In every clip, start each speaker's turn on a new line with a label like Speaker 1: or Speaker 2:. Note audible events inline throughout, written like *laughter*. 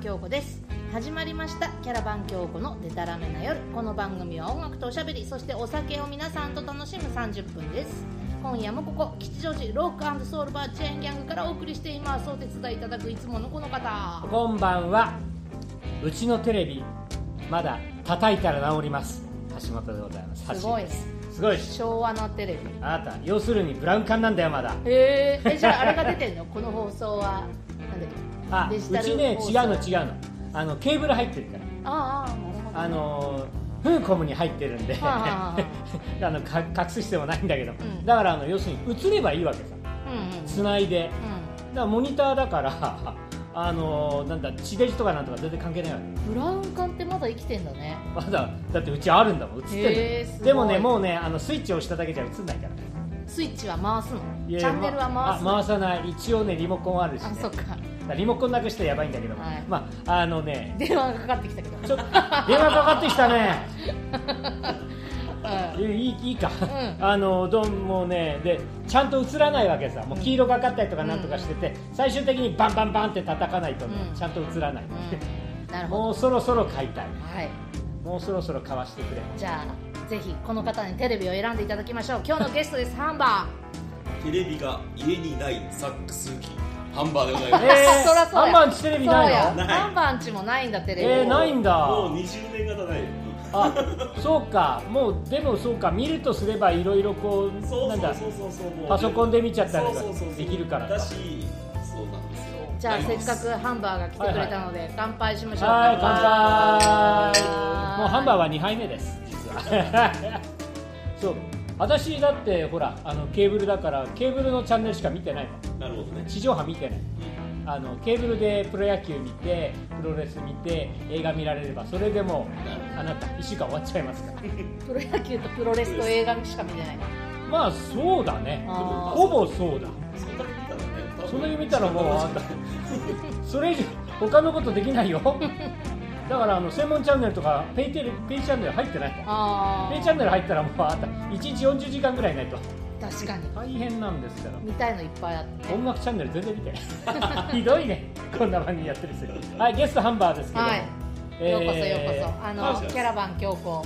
Speaker 1: 京子です始まりましたキャラバン京子のデタラメな夜この番組は音楽とおしゃべりそしてお酒を皆さんと楽しむ30分です今夜もここ吉祥寺ロックソウルバーチェーンギャングからお送りしていますお手伝いいただくいつものこの方
Speaker 2: こんばんは。うちのテレビまだ叩いたら治ります。橋本でございます。
Speaker 1: すごい
Speaker 2: 橋です。すごいっしょ。
Speaker 1: 昭和のテレビ
Speaker 2: あなた要するにブラウン管なんだよまだ。
Speaker 1: へーえじゃああれが出てんのこの放送はなんだっけ
Speaker 2: あ、う
Speaker 1: デジタル
Speaker 2: ちね
Speaker 1: 放
Speaker 2: 違
Speaker 1: 送
Speaker 2: うの違うの。あのケーブル入ってるから。
Speaker 1: ああああなるほど
Speaker 2: あのフーコムに入ってるんで、
Speaker 1: はあはあ
Speaker 2: *laughs* あのか隠す必要はないんだけど、
Speaker 1: ん
Speaker 2: だからあの要するに映ればいいわけさ。
Speaker 1: うんうん
Speaker 2: 繋いで。だからモニターだから。あのなんだ地デジとかなんとか全然関係ないわけ
Speaker 1: うんブラウン管ってまだ生きてんだね
Speaker 2: まだだってうちあるんだもん映ってる、
Speaker 1: へーすごい
Speaker 2: でもねもうねあのスイッチを押しただけじゃ映んないから
Speaker 1: スイッチは回すのチ
Speaker 2: いや
Speaker 1: ャンネルは回すの
Speaker 2: あ回さない一応ねリモコンあるし、ね
Speaker 1: あ、そっか
Speaker 2: だからリモコンなくしたらやばいんだけど、
Speaker 1: はい
Speaker 2: まああのね
Speaker 1: 電話がかかってきたけど
Speaker 2: ちょっと *laughs* 電話かかってきたね
Speaker 1: う
Speaker 2: いいいいか、
Speaker 1: うん
Speaker 2: あのどうもねでちゃんと映らないわけさもう黄色がかったりとかなんとかしてて、最終的にバンバンバンって叩かないとね、
Speaker 1: うん
Speaker 2: ちゃんと映らない、
Speaker 1: ん、うん、なるほ
Speaker 2: もうそろそろ買いたい
Speaker 1: どはい
Speaker 2: もうそろそろ買わしてくれ
Speaker 1: じゃあぜひこの方にテレビを選んでいただきましょう今日のゲストですハンバ
Speaker 3: テレビが家にないサックス機ハンバーでござい
Speaker 2: え
Speaker 3: ま
Speaker 1: ー、
Speaker 2: ー
Speaker 1: *laughs* そらそうや
Speaker 2: ハンバーんちテレビないの
Speaker 1: そうや
Speaker 3: ない
Speaker 1: ハンバーんちもないんだテレビ、
Speaker 2: えーないんだ
Speaker 3: すもう20年が経たない
Speaker 2: あそうかもうでもそうか見るとすればいろいろこう
Speaker 3: そう
Speaker 2: な
Speaker 3: そ
Speaker 2: ん
Speaker 3: う
Speaker 2: だ
Speaker 3: そうそうそうもう
Speaker 2: パソコンで見ちゃったりとか
Speaker 3: そうそうそうそう
Speaker 2: できるから
Speaker 3: だしそうなんですよ
Speaker 1: じゃあ
Speaker 3: な
Speaker 1: せ
Speaker 3: り
Speaker 1: っ
Speaker 3: ます
Speaker 1: かくハンバーが来てくれたので、乾杯しましょう
Speaker 2: はい
Speaker 1: 乾杯
Speaker 2: 乾杯もうハンバーは2杯目です実は *laughs* そう私だってほらあのケーブルだからケーブルのチャンネルしか見てないの
Speaker 3: なるほどね
Speaker 2: 地上波見てないあのケーブルでプロ野球見てプロレス見て映画見られればそれでもうあなた1週間終わっちゃいますから
Speaker 1: *laughs*
Speaker 2: *laughs*
Speaker 1: プロ野球とプロレスと映画しか見てない
Speaker 2: まあそうだね
Speaker 1: あー
Speaker 2: ほぼそうだ
Speaker 3: そんだけ見た
Speaker 2: それだけ見たら
Speaker 3: らね多分
Speaker 2: もうあんたそれ以上他のことできないよだからあの専門チャンネルとかペイテレペイチャンネル入ってない
Speaker 1: あ
Speaker 2: ペイ
Speaker 1: あ
Speaker 2: チャンネル入ったらもうあんた1日40時間ぐらいないと
Speaker 1: 確かに
Speaker 2: 大変なんですから
Speaker 1: 見たいのいっぱいあって
Speaker 2: 音楽チャンネル全然見てない *laughs* ひどいねこんな番組やってる人はいゲストハンバーですけど、
Speaker 1: はい
Speaker 2: えー
Speaker 1: ようこそようこそあ
Speaker 2: あ
Speaker 1: のキャラバン強行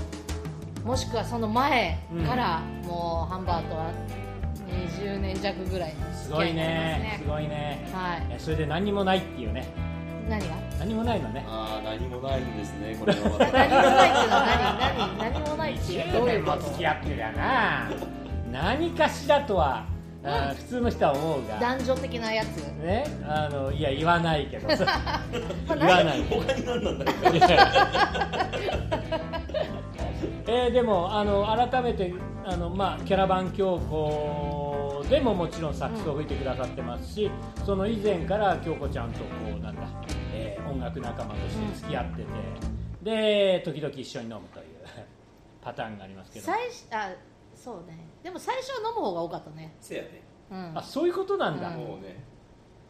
Speaker 1: もしくはその前から、もうハンバーとは20年弱ぐらいの付
Speaker 2: す
Speaker 1: き
Speaker 2: ご
Speaker 1: 合い
Speaker 2: い
Speaker 1: になります
Speaker 2: ね
Speaker 1: ね
Speaker 2: すごいね
Speaker 1: はい
Speaker 2: えそれで何もないっていうね
Speaker 1: 何が
Speaker 2: 何もないのね
Speaker 3: ああ何もないんですねこれはま
Speaker 1: 何も
Speaker 2: *laughs*
Speaker 1: ないっていうの
Speaker 3: た
Speaker 1: は何何何もないっていうどういうこ
Speaker 2: 20年も
Speaker 1: と
Speaker 2: 付き合ってりゃな何かしらとは、あー普通の人は思うが
Speaker 1: 男女的なやつ
Speaker 2: ねあのいや言わないけどさ
Speaker 1: まあ
Speaker 2: 言わない
Speaker 3: 他に何なんだっけ
Speaker 2: えーでもあの改めてあの、まあ、キャラバン教皇でももちろんサックスを吹いてくださってますし、その以前から京子ちゃんとこうなんだ、えー音楽仲間として付き合ってて、で時々一緒に飲むという *laughs* パターンがありますけど
Speaker 1: 最初あそうねでも最初は飲む方が多かったね
Speaker 3: せやね
Speaker 1: うん
Speaker 2: あそういうことなんだ、
Speaker 1: うん
Speaker 3: もうね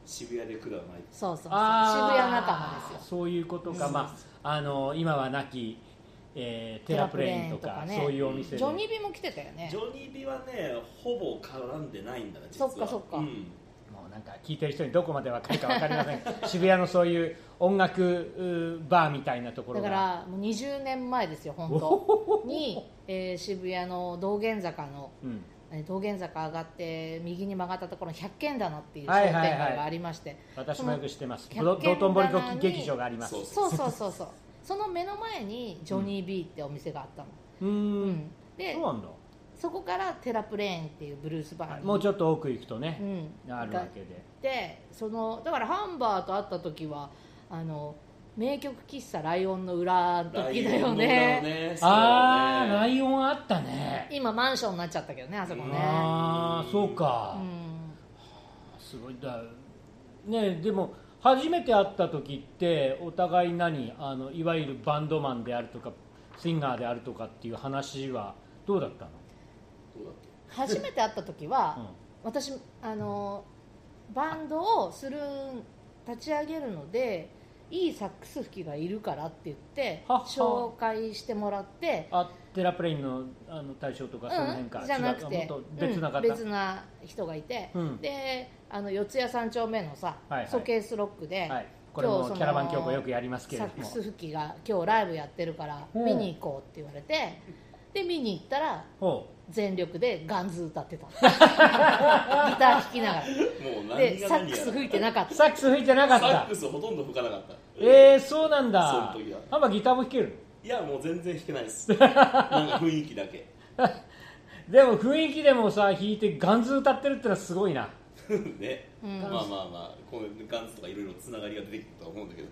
Speaker 3: 渋谷で管はない
Speaker 1: そうそうそう渋
Speaker 2: あー
Speaker 1: 谷仲間ですよ
Speaker 2: そういうことか、
Speaker 3: うん
Speaker 2: まあ、あの今は亡き、えーテラプレインとか
Speaker 1: テラプレインとかね
Speaker 2: そういうお店で
Speaker 1: ジョニービも来てたよね
Speaker 3: ジョニー・ビはねほぼ絡んでないんだね実は
Speaker 1: そっかそっか
Speaker 3: うん
Speaker 2: もうなんか聞いてる人にどこまで若いか分かりません *laughs* が渋谷のそういう音楽うーバーみたいなところ
Speaker 1: だ
Speaker 2: が
Speaker 1: からもう20年前ですよ本
Speaker 2: おほほ
Speaker 1: 当に、えー渋谷の道玄坂の
Speaker 2: うん、
Speaker 1: えー道玄坂上がって右に曲がったところに百軒棚っていう商
Speaker 2: はい
Speaker 1: 店
Speaker 2: はいはい
Speaker 1: 街がありまして、
Speaker 2: 私もよく知ってます
Speaker 1: その
Speaker 2: 道
Speaker 1: 百軒
Speaker 2: 頓堀
Speaker 1: 棚に
Speaker 2: 劇場があります
Speaker 3: そう
Speaker 1: そうそうそうそうその目の前にジョニー・ビーってお店があったの、
Speaker 2: うーん
Speaker 1: うんで
Speaker 2: そうなんだ
Speaker 1: そこからテラプレーンっていうブルースバーに
Speaker 2: もうちょっと奥行くとね
Speaker 1: う、ん、
Speaker 2: あるわけで
Speaker 1: でそのだからハンバーと会った時はあの名曲喫茶「ライオンの裏」の時だよね
Speaker 2: ああラ
Speaker 3: イ
Speaker 2: イオンあったね
Speaker 1: 今マンションになっちゃったけどねあそこね
Speaker 2: ああそうか、
Speaker 1: うん
Speaker 2: すごいだねでも初めて会った時ってお互い何あのいわゆるバンドマンであるとかシンガーであるとかっていう話はどうだったの、
Speaker 3: オンだっけ
Speaker 1: 初めて会った時は、私あのバンドをする立ち上げるのでいいサックス吹きがいるからって言って
Speaker 2: はは
Speaker 1: 紹介してもらって
Speaker 2: あテラプレインのあの対象とかその辺か、
Speaker 1: うん、じゃなく
Speaker 2: 違
Speaker 1: て
Speaker 2: うもっと別な方、
Speaker 1: うん別な人がいて、
Speaker 2: うん
Speaker 1: であの四谷三丁目のさ、
Speaker 2: はいはい
Speaker 1: ソケースロックで、
Speaker 2: はいこれ
Speaker 1: 今日
Speaker 2: も
Speaker 1: その
Speaker 2: キャラバン京子よくやりますけれ
Speaker 1: サ
Speaker 2: ど
Speaker 1: ック
Speaker 2: も
Speaker 1: ス吹きが今日ライブやってるから
Speaker 2: うん
Speaker 1: 見に行こうって言われてで見に行ったら
Speaker 2: ほ
Speaker 1: 全力でガンズ歌ってた
Speaker 2: *laughs*
Speaker 1: ギター弾きなが
Speaker 3: もう
Speaker 1: ら
Speaker 3: 何
Speaker 1: で
Speaker 3: が
Speaker 1: サック
Speaker 3: 何やら
Speaker 1: ス吹いてなかっ
Speaker 2: う
Speaker 1: た
Speaker 2: サックス吹いてなかっ
Speaker 3: サッ
Speaker 2: た
Speaker 3: クスほとんど吹かなかった
Speaker 2: えー、そうなんだ
Speaker 3: その時は
Speaker 2: パパギターも弾けるの
Speaker 3: いやもう全然弾けないで
Speaker 2: *laughs*
Speaker 3: すなんか雰囲気だけ *laughs*
Speaker 2: でも雰囲気でもさ弾いてガンズ歌ってるってのはすご
Speaker 1: *laughs*
Speaker 2: いな
Speaker 3: ね、
Speaker 1: うん
Speaker 3: まあまあまあこういうガンズとかいろいろつながりが出てくるとは思うんだけど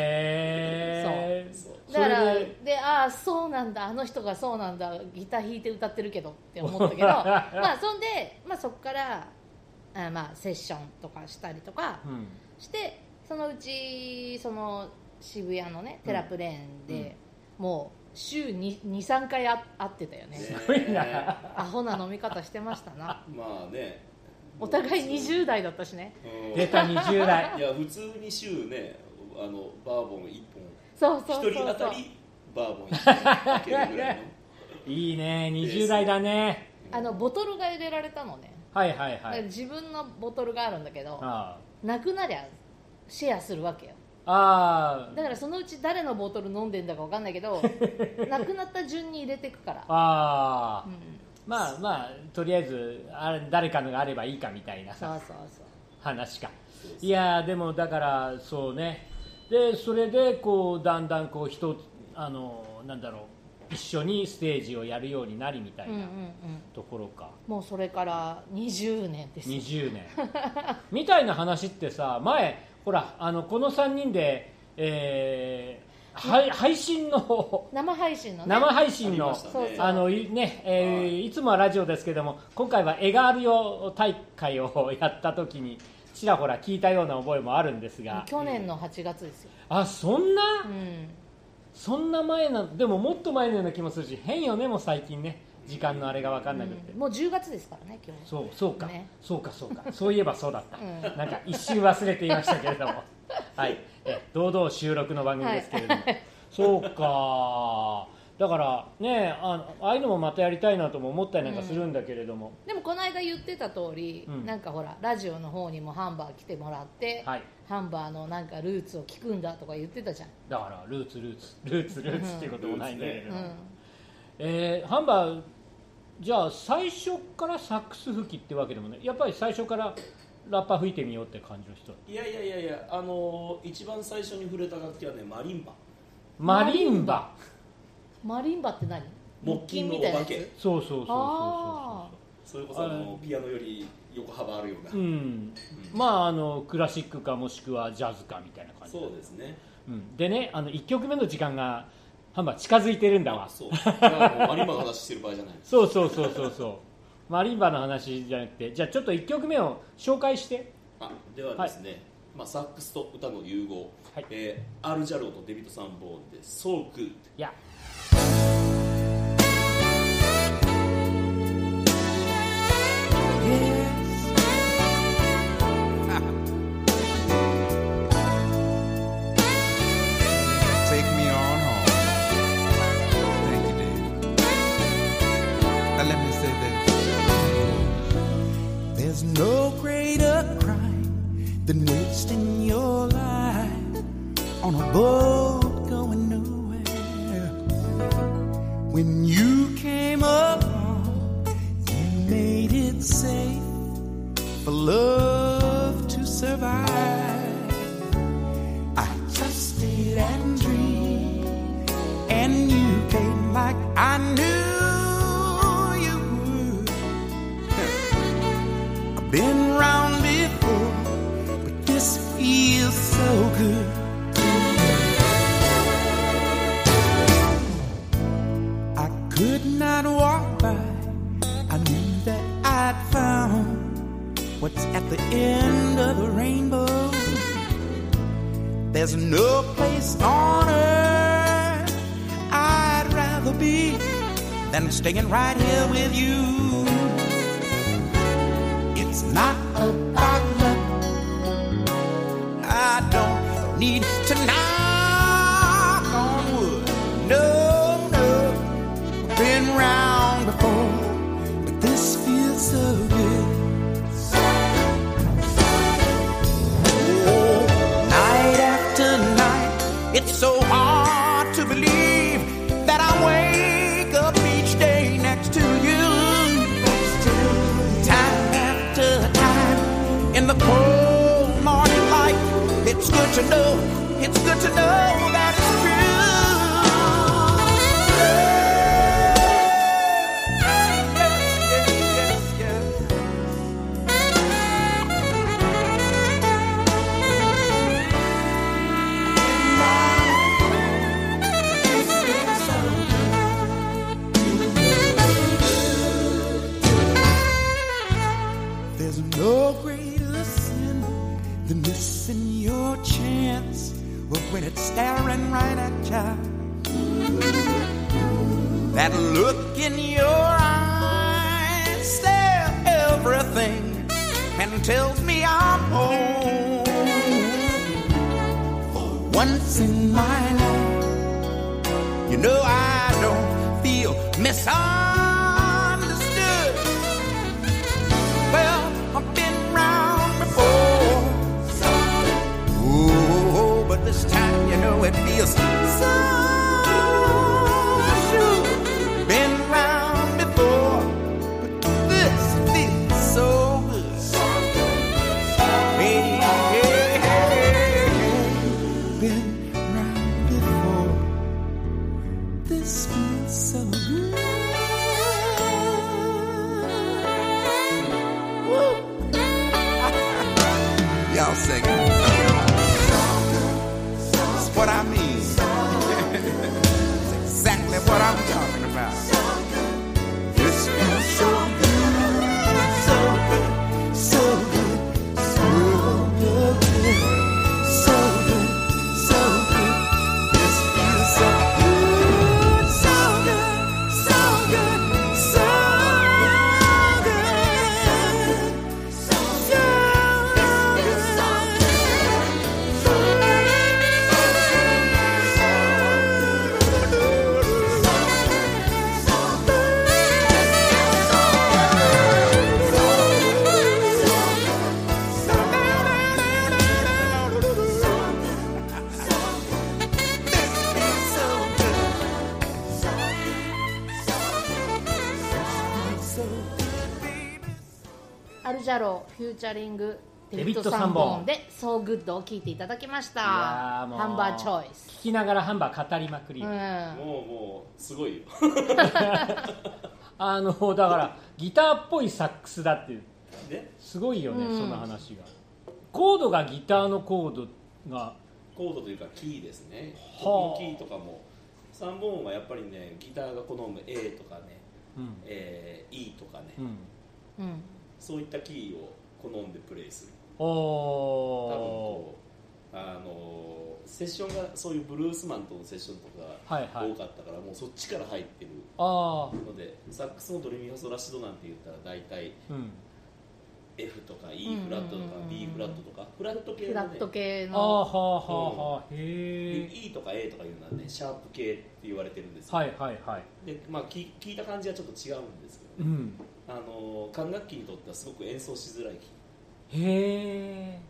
Speaker 2: へえ
Speaker 3: そう
Speaker 1: だか
Speaker 2: そ
Speaker 1: ら
Speaker 2: れ
Speaker 1: で
Speaker 2: で
Speaker 1: ああそうなんだあの人がそうなんだギター弾いて歌ってるけどって思ったけどまあそんで、まあ、そこからあーまあセッションとかしたりとか
Speaker 2: うん
Speaker 1: してそのうちその渋谷のねテラプレーンで、もう週23回あ会ってたよね
Speaker 3: ね
Speaker 2: すごいな
Speaker 1: アホな飲み方してました
Speaker 3: *laughs*
Speaker 1: な
Speaker 3: まあね
Speaker 1: お互い20代だったしね
Speaker 3: うん
Speaker 2: 出た20代
Speaker 3: いや普通に週ねあのバーボン1
Speaker 1: そうそう
Speaker 3: 本
Speaker 1: そう
Speaker 3: 1人
Speaker 1: そ
Speaker 3: 当
Speaker 1: う
Speaker 3: たりバーボン1本
Speaker 2: *laughs*
Speaker 3: いけるぐらいの
Speaker 2: いいね20代だね
Speaker 1: あのボトルが入れられたのね、
Speaker 2: はいはい
Speaker 1: だ
Speaker 2: は
Speaker 1: から
Speaker 2: い
Speaker 1: 自分のボトルがあるんだけど
Speaker 2: あ
Speaker 1: なくなりゃシェアするわけよ
Speaker 2: ああ
Speaker 1: だからそのうち誰のボトル飲んでんだか分かんないけ
Speaker 2: *laughs*
Speaker 1: どなくなった順に入れてくから
Speaker 2: あ、ああ
Speaker 1: うん、
Speaker 2: まあまあとりあえずあれ誰かのがあればいいかみたいな
Speaker 1: そ
Speaker 2: さ
Speaker 1: うそうそ、
Speaker 2: 話か
Speaker 3: そうそう
Speaker 2: いやーでもだからそうねでそれでこうだんだんこう人あのなんだろう一緒にステージをやるようになりみたいう
Speaker 1: うんうんう、
Speaker 2: なんところか、
Speaker 1: もうそれから20年ですよ
Speaker 2: 20年 *laughs* みたいな話ってさ前ほらあのこの3人で、えーはい配
Speaker 1: *laughs*
Speaker 2: 信の
Speaker 1: 生配信のね
Speaker 2: 生配信
Speaker 3: あり
Speaker 2: の
Speaker 3: ました
Speaker 1: そう
Speaker 3: ね
Speaker 2: あのいね、えー
Speaker 3: はい
Speaker 2: いつもはラジオですけども今回は絵があるよ大会をやった時にちらほら聞いたような覚えもあるんですが
Speaker 1: 去年の8月ですよ、
Speaker 2: あそんな、
Speaker 1: うん、
Speaker 2: そんな前なでももっと前のような気もするし変よねもう最近ね時間のあれが分かんなくて、
Speaker 1: うんもう10月ですからね今日
Speaker 2: そうそうか、
Speaker 1: ね
Speaker 2: そうかそうかそういえばそうだった、
Speaker 1: うん
Speaker 2: なんか一瞬忘れていましたけれ
Speaker 1: *laughs*
Speaker 2: どもはいえ堂々収録の番組ですけれども、そうかだからねあのああいうのもまたやりたいなとも思ったりなんかするんだけれども、
Speaker 1: でもこの間言ってた通り、
Speaker 2: うん
Speaker 1: なんかほらラジオの方にもハンバー来てもらって、
Speaker 2: はい
Speaker 1: ハンバーのなんかルーツを聞くんだとか言ってたじゃん、
Speaker 2: だからルーツルーツルーツルーツっていうこともないんだけれど
Speaker 1: う
Speaker 2: も、
Speaker 1: ん、
Speaker 2: えーハンバーじゃあ最初からサックス吹きってわけでもねやっぱり最初からラッパ吹いてみようって感じの人
Speaker 3: いやいやいやいやあの一番最初に触れた楽器はねマリンバ
Speaker 2: マリンバ
Speaker 1: マリンバって何
Speaker 3: 木琴
Speaker 1: 木琴
Speaker 3: のお化
Speaker 1: みたいなや
Speaker 3: け
Speaker 2: そうそうそうそうそうそう
Speaker 1: あ
Speaker 3: それこそあのピアノより横幅あるような、
Speaker 2: うん、まああのクラシックかもしくはジャズかみたいな感じ
Speaker 3: そうですね
Speaker 2: うん、でねあの1曲目の時間がハンバー近づいてるんだわ
Speaker 3: *laughs* そうだからもうマリンバの話してる場合じゃないです
Speaker 2: そうそうそうそうそうマリンバの話じゃなくてじゃあちょっと1曲目を紹介して
Speaker 3: あではですね、まあ、サックスと歌の融合、
Speaker 2: はい
Speaker 3: えーアル・ジャローとデビッド・サンボーンで「ソークー
Speaker 2: いや
Speaker 4: Take me on home. Thank you, dear. Now let me say this. There's no greater crime than wasting your life on a boat going nowhere. When you came along, you made it safe for love to survive. I trusted and dreamed, and you came like I knew you would. *laughs* I've been round before, but this feels so good. I could not walk by. I knew that I'd found what's at the end of the rainbow. There's no place on earth I'd rather be than staying right here with you. It's not about love. I don't need to knock on wood. No, no, I've been round before, but this feels so good. Night It's so hard to believe that I wake up each day next to you. Time after time in the cold morning light. It's good to know, it's good to know that it's true. Yes, yes, yes, yes. There's no greater sin than missing your chance. But when it's staring right at you, that look in your eyes says everything and tells me I'm home. For once in my life, you know I don't feel misunderstood. Well, I've been round before. Oh, but this time, you know, it feels so true. Been round before, but this feels so good. Hey, hey, hey, hey. Been round before, this feels so good. Y'all sing it. That's what I mean. *laughs* That's exactly what I'm talking about. This feels so good, so good, so good, so good, so good, so good. This feels so good, so good, so good, so good.
Speaker 1: アルジャロフューチャリングデビッド・
Speaker 2: デビッド
Speaker 1: サ
Speaker 2: サ
Speaker 1: ン
Speaker 2: ン
Speaker 1: ボー
Speaker 2: ボ
Speaker 1: ン
Speaker 2: ン
Speaker 1: で「ソーグッド」を聴いていただきました
Speaker 2: いやーもう
Speaker 1: ハンバーチョイス、
Speaker 2: 聞きながらハンバー語りまくり、
Speaker 1: うん、
Speaker 3: もうもうすごいよ
Speaker 2: あのだからギターっぽいサックスだっていう
Speaker 3: *laughs* ね
Speaker 2: すごいよね、
Speaker 1: うん
Speaker 2: その話がコードがギターのコードが
Speaker 3: コードというかキーですね
Speaker 2: はあ
Speaker 3: このキーとかもサンボーンはやっぱりねギターが好む A とかね、
Speaker 2: うん、
Speaker 3: えー E とかね、
Speaker 2: うん、
Speaker 1: うん、
Speaker 3: そういったキーを好んでプレイする多分
Speaker 2: おー
Speaker 3: こうあのーセッションがそういうブルースマンとのセッションとか
Speaker 2: はい
Speaker 3: が
Speaker 2: はい
Speaker 3: 多かったから、もうそっちから入ってる
Speaker 2: あ
Speaker 3: のでサックスのドレミファソラシドなんて言ったら大体
Speaker 2: ー、うん、
Speaker 3: F とか E フラットと
Speaker 1: うん
Speaker 3: か
Speaker 1: うんうん
Speaker 3: B フラットとかフラット系
Speaker 1: フ
Speaker 3: の
Speaker 1: ラ
Speaker 3: ね
Speaker 1: ット系
Speaker 2: あーは
Speaker 1: の
Speaker 2: あはあはあへえ
Speaker 3: E とか A とかいうのはねシャープ系って言われてるんですよ、
Speaker 2: はいはいはい
Speaker 3: でまあ、聞聞いた感じはちょっと違うんですけ
Speaker 2: う
Speaker 3: ど、
Speaker 2: ん
Speaker 3: あのー管楽器にとってはすごく演奏しづらいキー
Speaker 2: へえ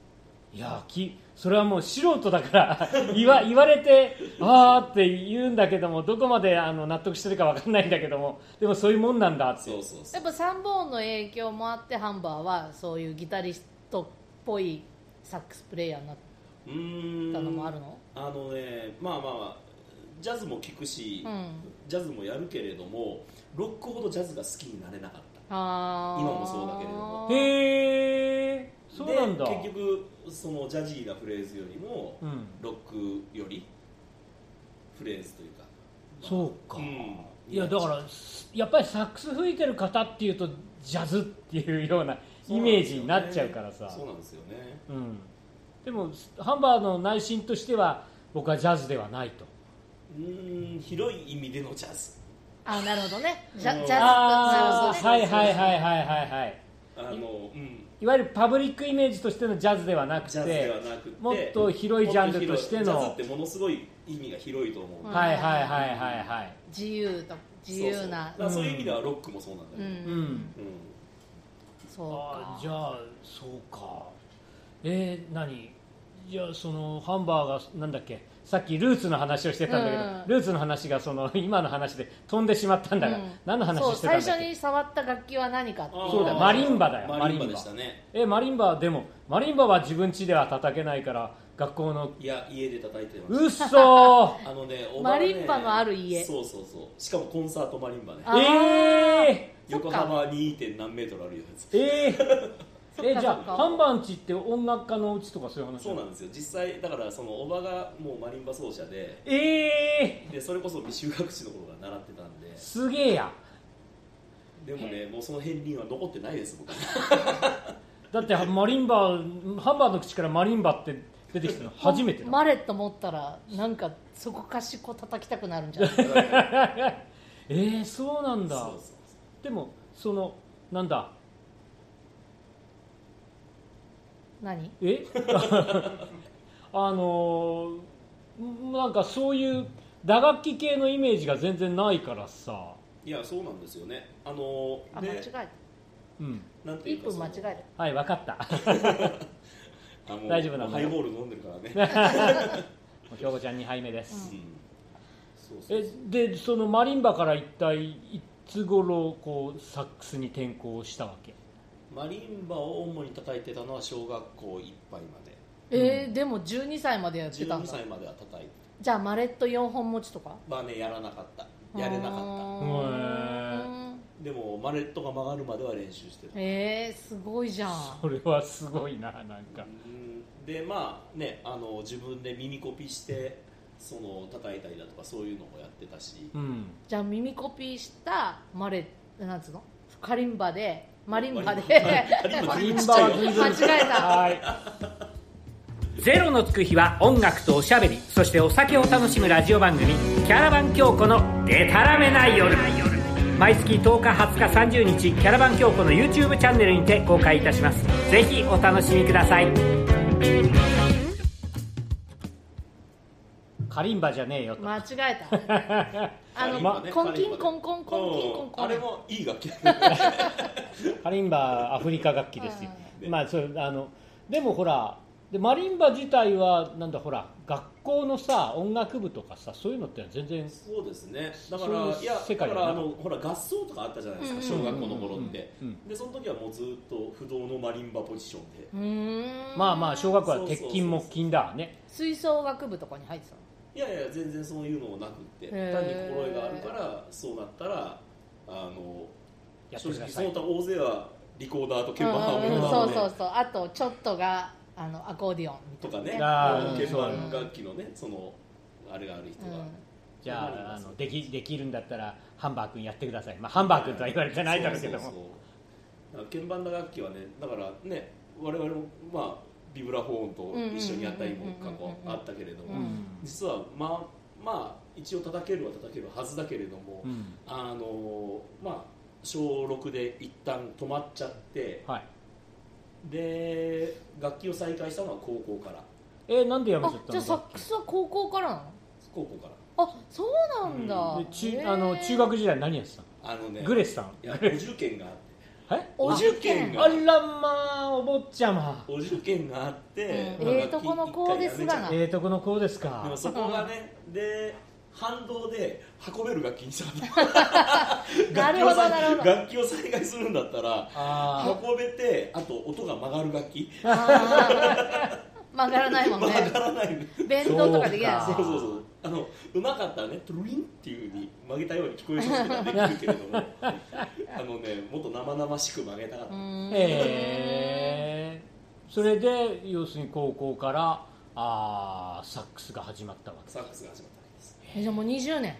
Speaker 2: いやきそれはもう素人だから *laughs* 言わ言われてああって言うんだけどもどこまであの納得してるか分かんないんだけどもでもそういうもんなんだって
Speaker 3: そうそうそ
Speaker 1: や
Speaker 3: う
Speaker 1: っぱサンボーンの影響もあってハンバーはそういうギタリストっぽいサックスプレイヤーになっ
Speaker 3: うーん
Speaker 1: たのもあるの
Speaker 3: あのねまあまあまあジャズも聴くし、
Speaker 1: うん
Speaker 3: ジャズもやるけれどもロックほどジャズが好きになれなかった
Speaker 1: あー
Speaker 3: 今もそうだけれども
Speaker 2: へえそうなんだ
Speaker 3: で結局そのジャジーなフレーズよりも、
Speaker 2: うん
Speaker 3: ロックよりフレーズというか
Speaker 2: そうか、
Speaker 3: うん
Speaker 2: いやだからやっぱりサックス吹いてる方っていうとジャズっていうようなイメージになっちゃうからさ
Speaker 3: そうなんですよね
Speaker 2: うん、でもハンバーの内心としては僕はジャズではないと
Speaker 3: うーん広い意味でのジャズ
Speaker 1: あなるほどねジャジャズとな
Speaker 2: あ
Speaker 1: るほ
Speaker 2: あ
Speaker 1: ど
Speaker 2: は
Speaker 1: ね
Speaker 2: いはいはいはいはいはい
Speaker 3: あの、うん、
Speaker 2: いわゆるパブリックイメージとしてのジャズではなく
Speaker 3: ジャズでは
Speaker 2: て
Speaker 3: なくて
Speaker 2: もっと広いジャンルとしての
Speaker 3: もっと広いジャズってものすごい意味が広いと思う、
Speaker 1: は
Speaker 2: はいはいはいはいはい
Speaker 1: 自由と自由な
Speaker 3: そうそうだからそういう意味ではロックもそうなんだけ
Speaker 1: う
Speaker 3: ど、
Speaker 1: ん、
Speaker 2: うん
Speaker 1: そう
Speaker 2: あ
Speaker 1: か
Speaker 2: じゃあそうかえー、何じゃあそのハンバーがなんだっけさっきルーツの話をしてたんだけど、
Speaker 1: うん
Speaker 2: ルーツの話がその今の話で飛んでしまったんだが、
Speaker 1: うん
Speaker 2: 何の話
Speaker 1: そう
Speaker 2: してたんだ
Speaker 1: 最
Speaker 2: っけ
Speaker 1: 初に触った楽器は何かっていう
Speaker 2: そうだよマリンバだよ
Speaker 3: マリンバでしたね
Speaker 2: えマリンバはでもマリンバは自分家では叩けないから学校の
Speaker 3: いや家で叩いてまし
Speaker 2: うっそ
Speaker 3: たあのねおば
Speaker 1: マ
Speaker 3: はね
Speaker 1: リンバのある家
Speaker 3: そうそうそうしかもコンサートマリンバね
Speaker 1: *laughs* あー
Speaker 2: えー、
Speaker 3: 横幅 2. 点何メートルあるやつ
Speaker 2: え
Speaker 1: *laughs*
Speaker 2: ー
Speaker 1: そっ
Speaker 2: え
Speaker 1: か
Speaker 2: じ
Speaker 1: そ
Speaker 2: ゃ
Speaker 1: っ
Speaker 2: あ
Speaker 1: か
Speaker 2: ハンバンチって音楽家のうちとかそういう話
Speaker 3: そうなんですよ実際だからそのおばがもうマリンバ奏者で
Speaker 2: え
Speaker 3: でそれこそ未就学児の頃から習ってたんで
Speaker 2: ー、すげえや
Speaker 3: でもねもうその片鱗は残ってないです僕
Speaker 2: だってマリンバハンバーの口からマリンバって出てきた *laughs* の初めてだ
Speaker 1: マレット持ったらなんかそこかしこ叩きたくなるんじゃない
Speaker 2: *laughs* えー、そうなんだ
Speaker 3: そうそうそう
Speaker 2: でもそのなんだ
Speaker 1: 何
Speaker 2: え *laughs* あのーんなんかそういう打楽器系のイメージが全然ないからさ、
Speaker 3: いやそうなんですよねあの
Speaker 1: あ間違
Speaker 3: で
Speaker 1: えた
Speaker 2: うん、
Speaker 3: なんていう
Speaker 1: 1
Speaker 3: か
Speaker 1: 分
Speaker 3: そ
Speaker 1: 間違
Speaker 3: の
Speaker 1: え
Speaker 2: はい分かった
Speaker 3: あもう
Speaker 2: 大丈夫なんだ
Speaker 3: ハイボール飲んでるからね、
Speaker 2: もう *laughs* 京子ちゃん2杯目です、
Speaker 3: うんそうそう
Speaker 2: えでそのマリンバから一体いつ頃こうサックスに転向したわけ
Speaker 3: マリンバを主に叩いてたのは小学校いっぱいまで
Speaker 1: たえー、でも12歳までやってたん
Speaker 3: 12
Speaker 1: だ
Speaker 3: 歳までは叩いて
Speaker 1: じゃあマレット4本持ちとか
Speaker 3: まあねやらなかったやれなかっ
Speaker 1: あ
Speaker 3: たでもマレットが曲がるまでは練習してた
Speaker 1: ーえー、すごいじゃん
Speaker 2: これはすごいななんか
Speaker 3: うんでまあねあの自分で耳コピしてその叩いたりだとかそういうのもやってたし
Speaker 2: うん
Speaker 1: じゃあ耳コピーしたマレなんつうのカリンバでマリンバで
Speaker 2: マ
Speaker 3: マ
Speaker 2: リン
Speaker 3: リン
Speaker 2: バ
Speaker 3: バ
Speaker 2: は
Speaker 3: は
Speaker 2: 随
Speaker 3: 随
Speaker 2: 分
Speaker 1: 分間違えた
Speaker 2: はいゼロのつく日は音楽とおしゃべりそしてお酒を楽しむラジオ番組「キャラバン京子のでたらめな夜」毎月10日20日30日キャラバン京子の YouTube チャンネルにて公開いたしますぜひお楽しみくださいカリンバじゃねえよ
Speaker 1: 間違えた
Speaker 2: *laughs*
Speaker 1: あの、
Speaker 3: ま
Speaker 1: コンキンコンコンコンキンコン
Speaker 3: う
Speaker 1: コ
Speaker 3: ん
Speaker 1: ン
Speaker 3: あれもいい楽器
Speaker 2: カリンバアフリカ楽器ですよ
Speaker 3: う、ん
Speaker 2: まあ、それあのでもほらでマリンバ自体はなんだほら学校のさ音楽部とかさそういうのって全然
Speaker 3: *laughs* そうですねだか
Speaker 2: そう
Speaker 3: ら
Speaker 2: いう
Speaker 3: いや
Speaker 2: 世
Speaker 3: だか
Speaker 2: 界だな
Speaker 3: らあのほら合奏とかあったじゃないですか
Speaker 1: うん
Speaker 3: 小
Speaker 1: うん
Speaker 3: 学校の頃って
Speaker 2: うんうん
Speaker 3: でその時はもうずっと不動のマリンバポジションで
Speaker 1: うーん
Speaker 2: まあまあ小学校は鉄筋
Speaker 3: そうそうそう
Speaker 2: 木筋だわね
Speaker 1: 吹奏楽部とかに入ってたの
Speaker 3: いやいや全然そういうのもなくって
Speaker 1: へ
Speaker 3: 単
Speaker 1: ー
Speaker 3: に心得があるからそうなったらあの
Speaker 2: やって
Speaker 3: 正
Speaker 2: くだ
Speaker 3: 直
Speaker 2: さ
Speaker 3: そ
Speaker 2: い
Speaker 3: の他大勢はリコーダーと鍵盤
Speaker 1: うんうんうん
Speaker 3: 派
Speaker 1: そう
Speaker 3: な
Speaker 1: そ
Speaker 3: の
Speaker 1: うそうあとちょっとがあのアコーディオン
Speaker 3: でとかね
Speaker 2: あ
Speaker 3: あの
Speaker 2: ー
Speaker 3: 鍵
Speaker 1: う
Speaker 3: 盤
Speaker 1: ん
Speaker 3: 楽器のねそのあれがある人が
Speaker 2: じゃああのできできるんだったらハンバー君やってください、まあ、ハンバー君とは言われてないだろうけど
Speaker 3: そうそ
Speaker 2: も
Speaker 3: うそうだから鍵盤の楽器はねだからね我々もまあビブラフォーンと一緒にやったりも過去あったけれど
Speaker 1: う
Speaker 3: も
Speaker 1: ん
Speaker 3: 実はまあまあ一応叩けるは叩けるはずだけれども、
Speaker 2: うんうん
Speaker 3: あのまあ小6で一旦止まっちゃって
Speaker 2: はい
Speaker 3: で楽器を再開したのは高校から
Speaker 2: えーなんでやめちゃっ
Speaker 1: あじゃあサ
Speaker 2: た
Speaker 1: ックスは高校からなの
Speaker 3: 高校から
Speaker 1: あそうなんだ、
Speaker 2: ので
Speaker 1: へ
Speaker 2: 中
Speaker 1: ー
Speaker 2: あの中学時代何やってたの
Speaker 3: あのね
Speaker 2: グレスさん
Speaker 3: いやお受験があって
Speaker 2: え
Speaker 1: お
Speaker 3: お
Speaker 1: 受
Speaker 3: 受
Speaker 1: 験
Speaker 3: 験
Speaker 2: あ
Speaker 3: が
Speaker 2: らまあお坊ちゃま
Speaker 3: お受験があって、
Speaker 1: うん
Speaker 3: まあ
Speaker 1: ええとこの子ですがな
Speaker 3: 楽器一回やめちゃっ
Speaker 2: ええとこの子です
Speaker 3: た
Speaker 2: か
Speaker 3: でもそこがねで反動で運べる楽器にしたかった
Speaker 1: *laughs* なるほどなるほど
Speaker 3: 楽器を再開するんだったら
Speaker 2: あー
Speaker 3: 運べてあと音が曲がる楽器
Speaker 1: あー曲がらないもんね
Speaker 3: 曲がらないの
Speaker 1: 弁当とかできないし
Speaker 2: そ
Speaker 3: そう
Speaker 2: か
Speaker 3: そうそうあのうまかったらねトゥルインっていう風に曲げたように聞こえることができるけれ
Speaker 2: *laughs*
Speaker 3: どもあのねもっと生々しく曲げたかった、
Speaker 1: うーん
Speaker 2: えー、それで要するに高校からあーサックスが始まったわけ
Speaker 3: サックスが始まったわけです
Speaker 1: えじゃあもう20年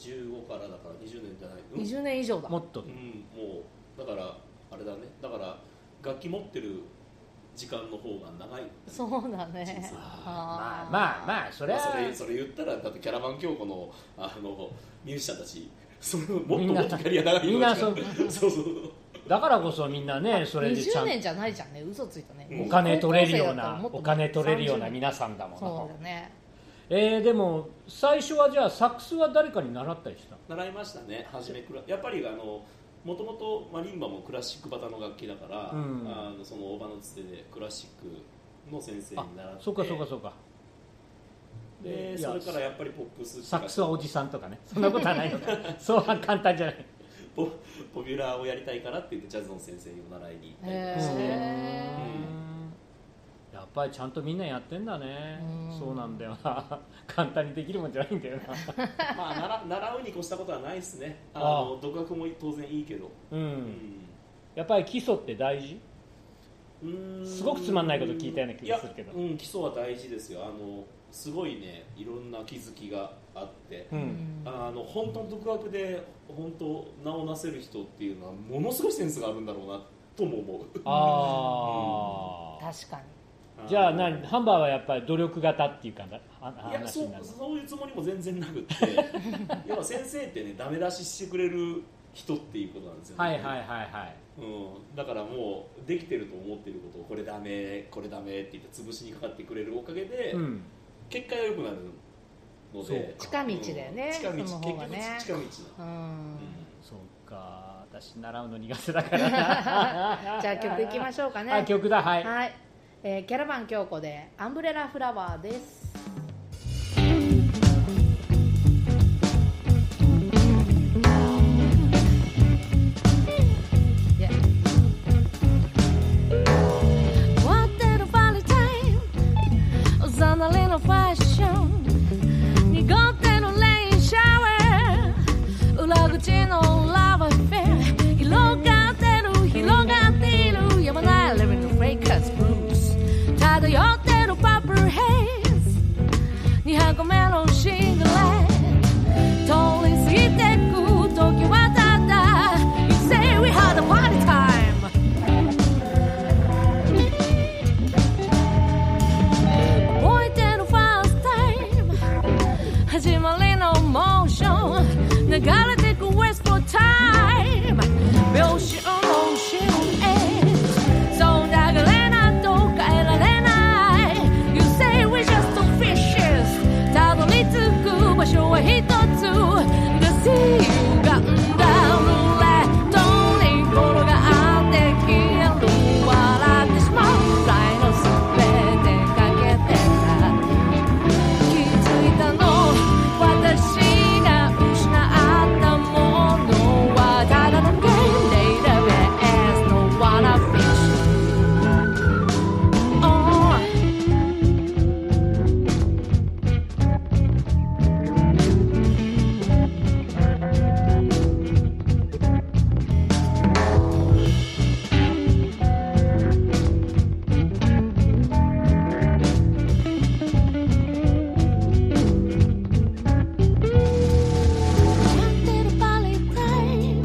Speaker 3: 15からだから20年じゃない、うん
Speaker 1: 20年以上だ
Speaker 2: もっと
Speaker 3: うん、もうだからあれだねだから楽器持ってる時間の方が長い
Speaker 1: そうだね
Speaker 3: そう
Speaker 2: ま
Speaker 1: あ
Speaker 2: あ
Speaker 1: ー
Speaker 2: まあまあそれは
Speaker 3: まあそれそれ言ったらだってキャラバン京子のあのミュージシャンたちそれもっと
Speaker 2: みん
Speaker 3: も
Speaker 2: な
Speaker 3: っとキャリア長いよ
Speaker 2: みんなそう
Speaker 3: *laughs* そうそう
Speaker 2: だからこそみんなねそれでちゃ
Speaker 1: 20
Speaker 2: ん
Speaker 1: 年じゃないじゃんね嘘ついたね
Speaker 3: うん
Speaker 2: お金取れるよう
Speaker 1: 高校生だったら
Speaker 2: な
Speaker 1: もっと
Speaker 2: お金取れるような
Speaker 1: 30
Speaker 2: 皆さんだも
Speaker 1: そう
Speaker 2: の
Speaker 1: だね
Speaker 2: えー、でも最初はじゃあサックスは誰かに習ったりしたの
Speaker 3: 習いましたね初めくらやっぱりあのもともとマリンバもクラシックバタの楽器だから、
Speaker 2: うん
Speaker 3: あのそのおばのつてでクラシックの先生に習って
Speaker 2: あそうかそうかそうか
Speaker 3: で
Speaker 2: いや
Speaker 3: それからやっぱりポップス
Speaker 2: サックスはおじさんとかねそんなことはないのか
Speaker 1: *laughs*
Speaker 2: そうは簡単じゃない
Speaker 3: ポポピュラーをやりたいからって言ってジャズの先生にお習いに行ったりと
Speaker 1: へ
Speaker 3: かして、
Speaker 1: え
Speaker 2: やっぱりちゃんとみんなやってんだね
Speaker 1: うん
Speaker 2: そうなんだよな *laughs* 簡単にできるもんじゃないんだよな
Speaker 3: まあ習習うに越したことはないですねあ
Speaker 2: ああ
Speaker 3: の独学も当然いいけど、
Speaker 2: う
Speaker 3: うん
Speaker 2: んやっぱり基礎って大事
Speaker 3: うーん
Speaker 2: すごくつまんないこと聞いたような気がするけど
Speaker 3: いやうん、基礎は大事ですよあのすごいねいろんな気づきがあって、
Speaker 2: うん
Speaker 3: あの本当の独学で本当名をなせる人っていうのはものすごいセンスがあるんだろうなとも思う
Speaker 2: ああ
Speaker 1: 確かに
Speaker 2: じゃあ
Speaker 3: な
Speaker 2: 何ハンバーはやっぱり努力型っていうかなあ
Speaker 3: いや
Speaker 2: 話
Speaker 3: そ
Speaker 2: に
Speaker 3: う
Speaker 2: なる
Speaker 3: そういうつもりも全然なくって
Speaker 2: *laughs*
Speaker 3: 要は先生ってねダメ出ししてくれる人っていうことなんですよね、
Speaker 2: はいはいはいはい
Speaker 3: うん、だからもうできてると思ってることをこれダメこれダメって言って潰しにかかってくれるおかげで、
Speaker 2: うん
Speaker 3: 結果が良くなるので
Speaker 2: そう
Speaker 1: か近道だよね
Speaker 3: うん近
Speaker 1: その
Speaker 3: 道
Speaker 1: 方がね
Speaker 3: 結局近道
Speaker 1: う
Speaker 3: なの、
Speaker 1: ん
Speaker 2: そうか私習うの苦手だからな
Speaker 1: じゃあ曲いきましょうかね
Speaker 2: あ *laughs* 曲だはい、
Speaker 1: はい、えーキャラバン京子でアンブレラフラワーですいや
Speaker 5: What did a funny time? Suddenly no fashion. 濁ってのレインシャワー。裏口のラバーフェア。広がってる、広がっている。やまないレベルのフェイカーズブルース。漂ってるパープルヘイズ。二箱目のシングレ通り過ぎてく時はただ。You say we had a party time. 覚えてるファーストタイム始まりのモーション流れてくウェストタイム秒針のシーンへそう流れなど変えられない You say we just fishes たどり着く場所は一つ The sea が生んだルーレットに転がって消える笑ってしまうライのすべてかけてた気づいたの私が失ったものはただのゲームデータベースのわらびし Oh 「待ってるバレータイム」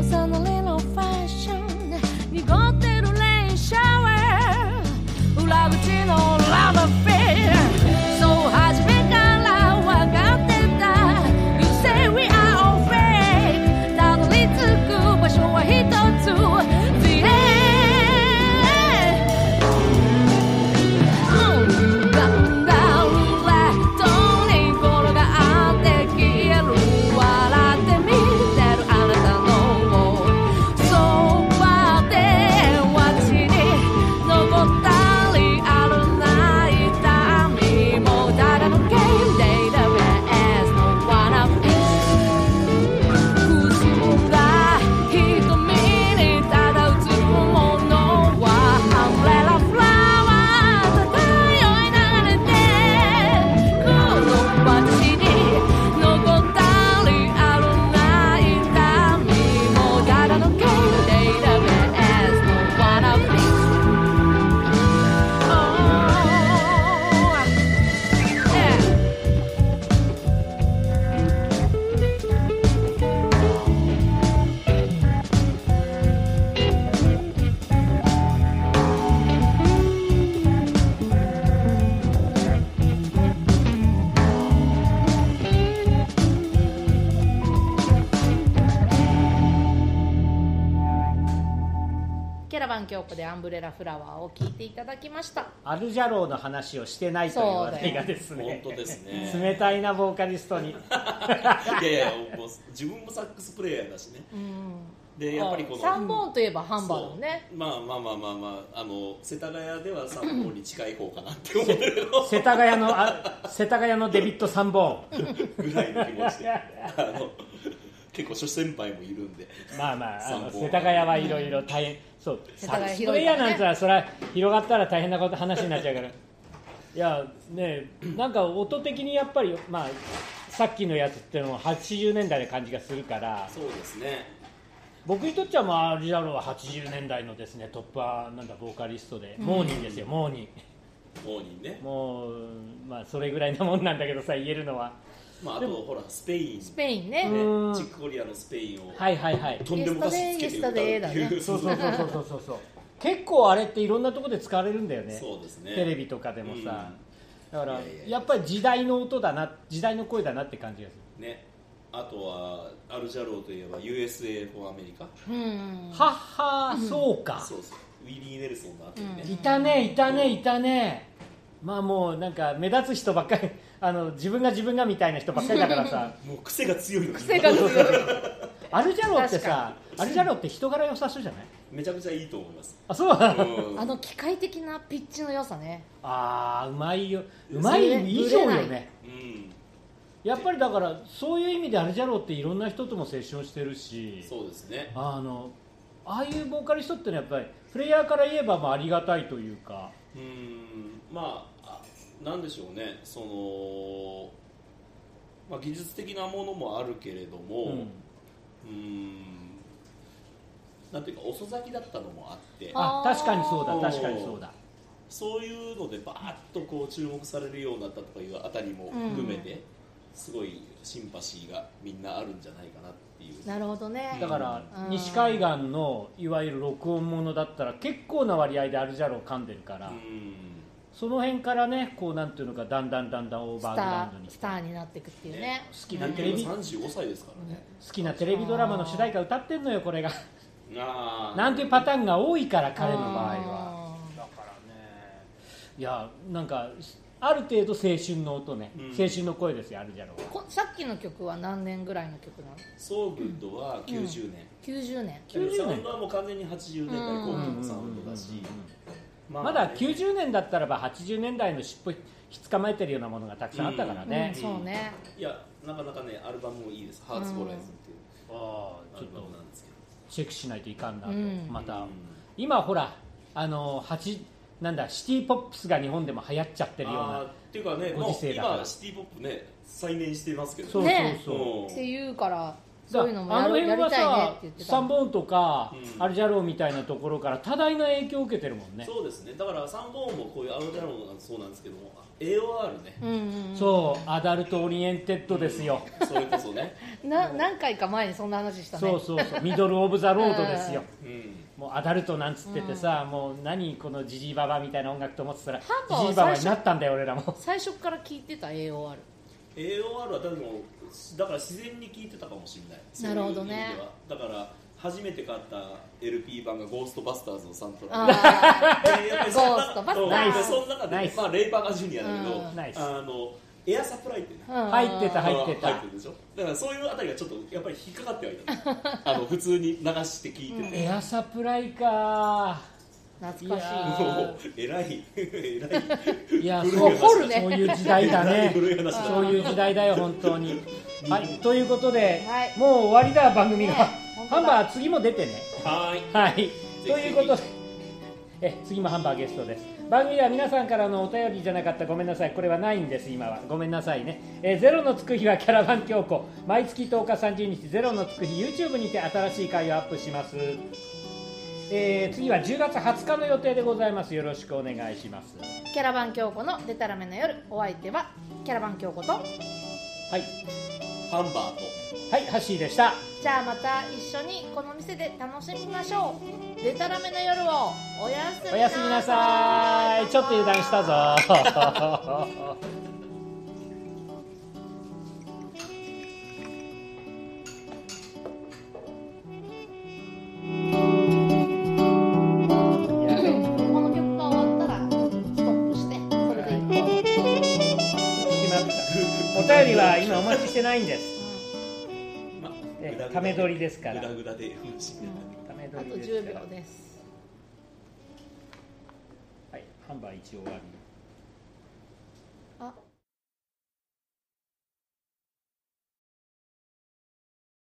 Speaker 5: 「幼なのファッション」「濁ってるレインシャワー」「裏口のラバーフェア」「そう初めからわかってた」「You say we are all fake」「た Tá どり着く場所はひとつ」「The end」「うんだんだんらどに転がって消える」「笑って見てるあなたのそばで私に残ったりあるない痛みもただのゲームデータベースのワナフィッシュ」くすんだ瞳にただ映るものはアンブレラフラワー漂い流れてこの街に残ったりあるない痛みもただのゲームデータベースのワラフィッシュ
Speaker 1: キャラバン京子でアンブレラフラワーを聞いていただきました
Speaker 2: アルジャローの話をしてないという話題がですね
Speaker 3: 本当です
Speaker 2: *laughs*
Speaker 3: ね
Speaker 2: 冷たいなボーカリストに
Speaker 3: いやいやもう自分もサックスプレイヤーだしね、
Speaker 1: うん
Speaker 3: でやっぱりこの
Speaker 1: 三本といえばハンバーだもんね
Speaker 3: そうまあまあまあまあまああの世田谷では三本に近い方かなって思ってるの
Speaker 2: 世田谷のあ世田谷のデビッド・サンボーン
Speaker 3: ぐらいの気持ち
Speaker 1: *laughs*
Speaker 3: であの結構諸先輩もいるんで
Speaker 2: まあまああ
Speaker 3: サン
Speaker 2: の
Speaker 3: ボーン
Speaker 2: 世田谷はいろいろ大変そう
Speaker 1: 世田谷
Speaker 2: サクス
Speaker 1: 広いからね
Speaker 2: クエアなんてらそれは広がったら大変なこと話になっちゃうからいやねなんか音的にやっぱりまあさっきのやつっていうのは80年代の感じがするから
Speaker 3: そうですね
Speaker 2: 僕にとっちゃまあリアルは80年代のですねトップはなんだボーカリストで、モーニンですよモーニン
Speaker 3: モーニンね
Speaker 2: もう、まあ、それぐらいなもんなんだけどさ言えるのは
Speaker 3: まああとほらスペイン
Speaker 1: スペインね
Speaker 2: う
Speaker 3: ね
Speaker 2: ん
Speaker 3: チックコリアのスペインを
Speaker 2: はいはいはい
Speaker 3: とんでもかしつけて歌うってい
Speaker 1: Yesterday, yesterday だね
Speaker 3: う *laughs*
Speaker 2: そうそうそうそうそうそうそう結構あれっていろんなとこで使われるんだよね
Speaker 3: そうですね
Speaker 2: テレビとかでもさ、だから
Speaker 3: いやいや
Speaker 2: やっぱり時代の音だな時代の声だなって感じがする、
Speaker 3: ねあとはアルジャローといえば USA for アメリカ
Speaker 1: うん
Speaker 2: はっはーそうか
Speaker 3: そうそうウィリー・ネルソンの後にね、
Speaker 2: いたねいたねいたねまあもうなんか目立つ人ばっかり *laughs* あの自分が自分がみたいな人ばっかりだからさ
Speaker 3: もう癖が強いの
Speaker 1: 癖が強い
Speaker 2: アルジャロってさアルジャロって人柄良さそうじゃない
Speaker 3: めちゃくちゃいいと思
Speaker 1: *laughs*
Speaker 3: います、
Speaker 2: あそうな
Speaker 3: う
Speaker 2: の
Speaker 3: ん
Speaker 1: あの機械的なピッチの良さね
Speaker 2: あーうまいようまい以上よ
Speaker 1: ぶれない
Speaker 2: ね
Speaker 3: うん
Speaker 2: やっぱりだからそういう意味でアルジャロっていろんな人ともセッションしてるし
Speaker 3: そうですね
Speaker 2: あのああいうボーカリストってのはやっぱりプレイヤーから言えばまあありがたいというか
Speaker 3: うんまああなんでしょうねその、まあ、技術的なものもあるけれど
Speaker 2: う
Speaker 3: も
Speaker 2: ん
Speaker 3: うんなんていうか遅咲きだったのもあって
Speaker 2: あ
Speaker 1: あー
Speaker 2: 確かにそうだ確かにそうだ
Speaker 3: そういうのでバーッとこう注目されるようになったとかいうあたりも含めて、すごいシンパシーがみんなあるんじゃないかなっていう
Speaker 1: なるほどね
Speaker 2: だから
Speaker 1: うん
Speaker 2: 西海岸のいわゆる録音ものだったら結構な割合でアルジャロを噛んでるから
Speaker 3: うん
Speaker 2: その辺からねこうなんていうのかだんだんだんだんオー
Speaker 1: ス
Speaker 2: バーグラ
Speaker 1: タ
Speaker 2: ウンドに
Speaker 1: ースターになっていくっていうね
Speaker 3: ね
Speaker 2: 好
Speaker 3: 好き
Speaker 2: き
Speaker 3: な
Speaker 2: な
Speaker 3: テ
Speaker 2: テ
Speaker 3: レ
Speaker 2: レ
Speaker 3: ビ
Speaker 2: ビ
Speaker 3: 35歳ですからね、
Speaker 2: 好きなテレビドラマの主題歌歌ってんのよこれが
Speaker 3: ああ
Speaker 2: なんていうパターンが多いから彼の場合は。
Speaker 1: あ
Speaker 2: だからねいやなんかある程度青春の音ね、
Speaker 3: うん
Speaker 2: 青春の声ですよあるじゃろう
Speaker 1: ーこさっきの曲は何年ぐらいの曲なの
Speaker 3: ソーグッドは90年、
Speaker 1: 90年
Speaker 2: 90年
Speaker 3: サウンドはもう完全に80年代後期のサウンドだし、ま
Speaker 2: まだ90年だったらば80年代の尻尾ひつかまえてるようなものがたくさんあったから
Speaker 1: うん
Speaker 2: ね、
Speaker 1: そうね
Speaker 3: いやなかなかねアルバムもいいです「ハーツ・ボライズ」っていう
Speaker 2: ああ
Speaker 3: ア
Speaker 2: ちょ
Speaker 3: ル
Speaker 2: っ
Speaker 3: バムな
Speaker 2: と
Speaker 3: んですけど
Speaker 2: チェックしないといかんなと、
Speaker 1: うん
Speaker 2: また、
Speaker 3: うん
Speaker 2: 今ほらあの8なんだシティ・ポップスが日本でも流行っちゃってるよう
Speaker 3: あー
Speaker 2: な
Speaker 3: っていうかね
Speaker 2: ご
Speaker 3: も
Speaker 2: 時世
Speaker 3: う
Speaker 2: だから
Speaker 3: 今シティ・ポップね再燃してますけど
Speaker 2: そうそう
Speaker 1: ね
Speaker 2: そう、
Speaker 1: って
Speaker 3: う
Speaker 1: いうから
Speaker 2: だ
Speaker 1: そ
Speaker 2: か
Speaker 1: ういう
Speaker 2: ら
Speaker 1: のも
Speaker 2: あ
Speaker 1: や
Speaker 2: の
Speaker 1: る
Speaker 2: 辺
Speaker 1: やり
Speaker 2: は
Speaker 1: たいねっ
Speaker 2: さ
Speaker 1: て言ってた
Speaker 2: サンボーンとか、
Speaker 3: うん
Speaker 2: アルジャローみたいなところから多大な影響を受けてるもんね
Speaker 3: んそうですねだからサンボーンもこういうアロジャロもそうなんですけども AOR ね、
Speaker 1: うんうん
Speaker 2: そうアダルトオリエンテッドですよ、
Speaker 3: それこそね、
Speaker 1: うんな何回か前にそんな話したね
Speaker 2: そうそうそうミドル・オブ・ザ・ロードですよ、
Speaker 3: うん、
Speaker 2: もうアダルトなんつっててさ、もう何このジジイババみたいな音楽と思ってたらジ
Speaker 1: ハンバーは
Speaker 2: ジイババになったんだよ俺らも
Speaker 1: 最初から聞いてた AOR
Speaker 3: AOR は多分だから自然に聴いてたかもしれない
Speaker 1: なるほどね
Speaker 3: そういう意味ではだから初めて買った LP 版が「ゴーストバスターズ」のサントラで
Speaker 1: あ
Speaker 3: でやっぱりその
Speaker 1: ゴース
Speaker 3: 中
Speaker 1: トバスターズ
Speaker 3: うん
Speaker 2: ナイス
Speaker 3: その中
Speaker 2: ナイ
Speaker 3: で、
Speaker 2: ス
Speaker 3: まあ、レイバーガージュニアだ
Speaker 1: うん
Speaker 2: ナイ
Speaker 3: け
Speaker 2: ス
Speaker 3: ど、あのエアサプライってね
Speaker 1: ーうん
Speaker 2: 入ってた入ってた
Speaker 3: 入ってるでしょだからそういうあたりがちょっとやっぱり引っかかってはいたあの普通に流して聞いてて、
Speaker 2: エアサプライか
Speaker 1: 懐かしい
Speaker 2: いや
Speaker 3: もう偉い偉い
Speaker 2: いやそう
Speaker 1: 古い話
Speaker 2: そういう時代だ
Speaker 3: 偉い
Speaker 2: ね
Speaker 3: 古い話だ
Speaker 2: そういう時代だよ本当にはいということで、
Speaker 1: はい
Speaker 2: もう終わりだ番組が、
Speaker 1: ねえ本当
Speaker 2: ハ
Speaker 1: だ
Speaker 2: ンバー次も出てね
Speaker 3: はーい
Speaker 2: はい、
Speaker 3: ひ
Speaker 2: ということでえ次もハンバーゲストです番組では皆さんからのお便りじゃなかったごめんなさいこれはないんです今はごめんなさいねえーゼロのつく日はキャラバン強行毎月10日30日ゼロのつく日 YouTube にて新しい回をアップしますえー次は10月20日の予定でございますよろしくお願いします
Speaker 1: キャラバン京子のデタラメな夜お相手はキャラバン京子と
Speaker 2: はい
Speaker 3: ハンバーと
Speaker 2: はいハッシーでした
Speaker 1: じゃあまた一緒にこの店で楽しみましょうデタラメな夜をおやすみなさい
Speaker 2: おやすみなさいちょっと油断した *laughs* ぞ
Speaker 1: この曲が終わった
Speaker 2: いや
Speaker 1: らストップしてそれで行こう
Speaker 2: お便りは今お待ちしてないんです。
Speaker 3: まあ
Speaker 2: えため取りですから
Speaker 3: グダグダで風刺になる
Speaker 2: ため
Speaker 1: あ
Speaker 2: 撮
Speaker 1: と
Speaker 2: りです
Speaker 1: 10
Speaker 2: から
Speaker 1: 秒です
Speaker 2: はい販売一応終わり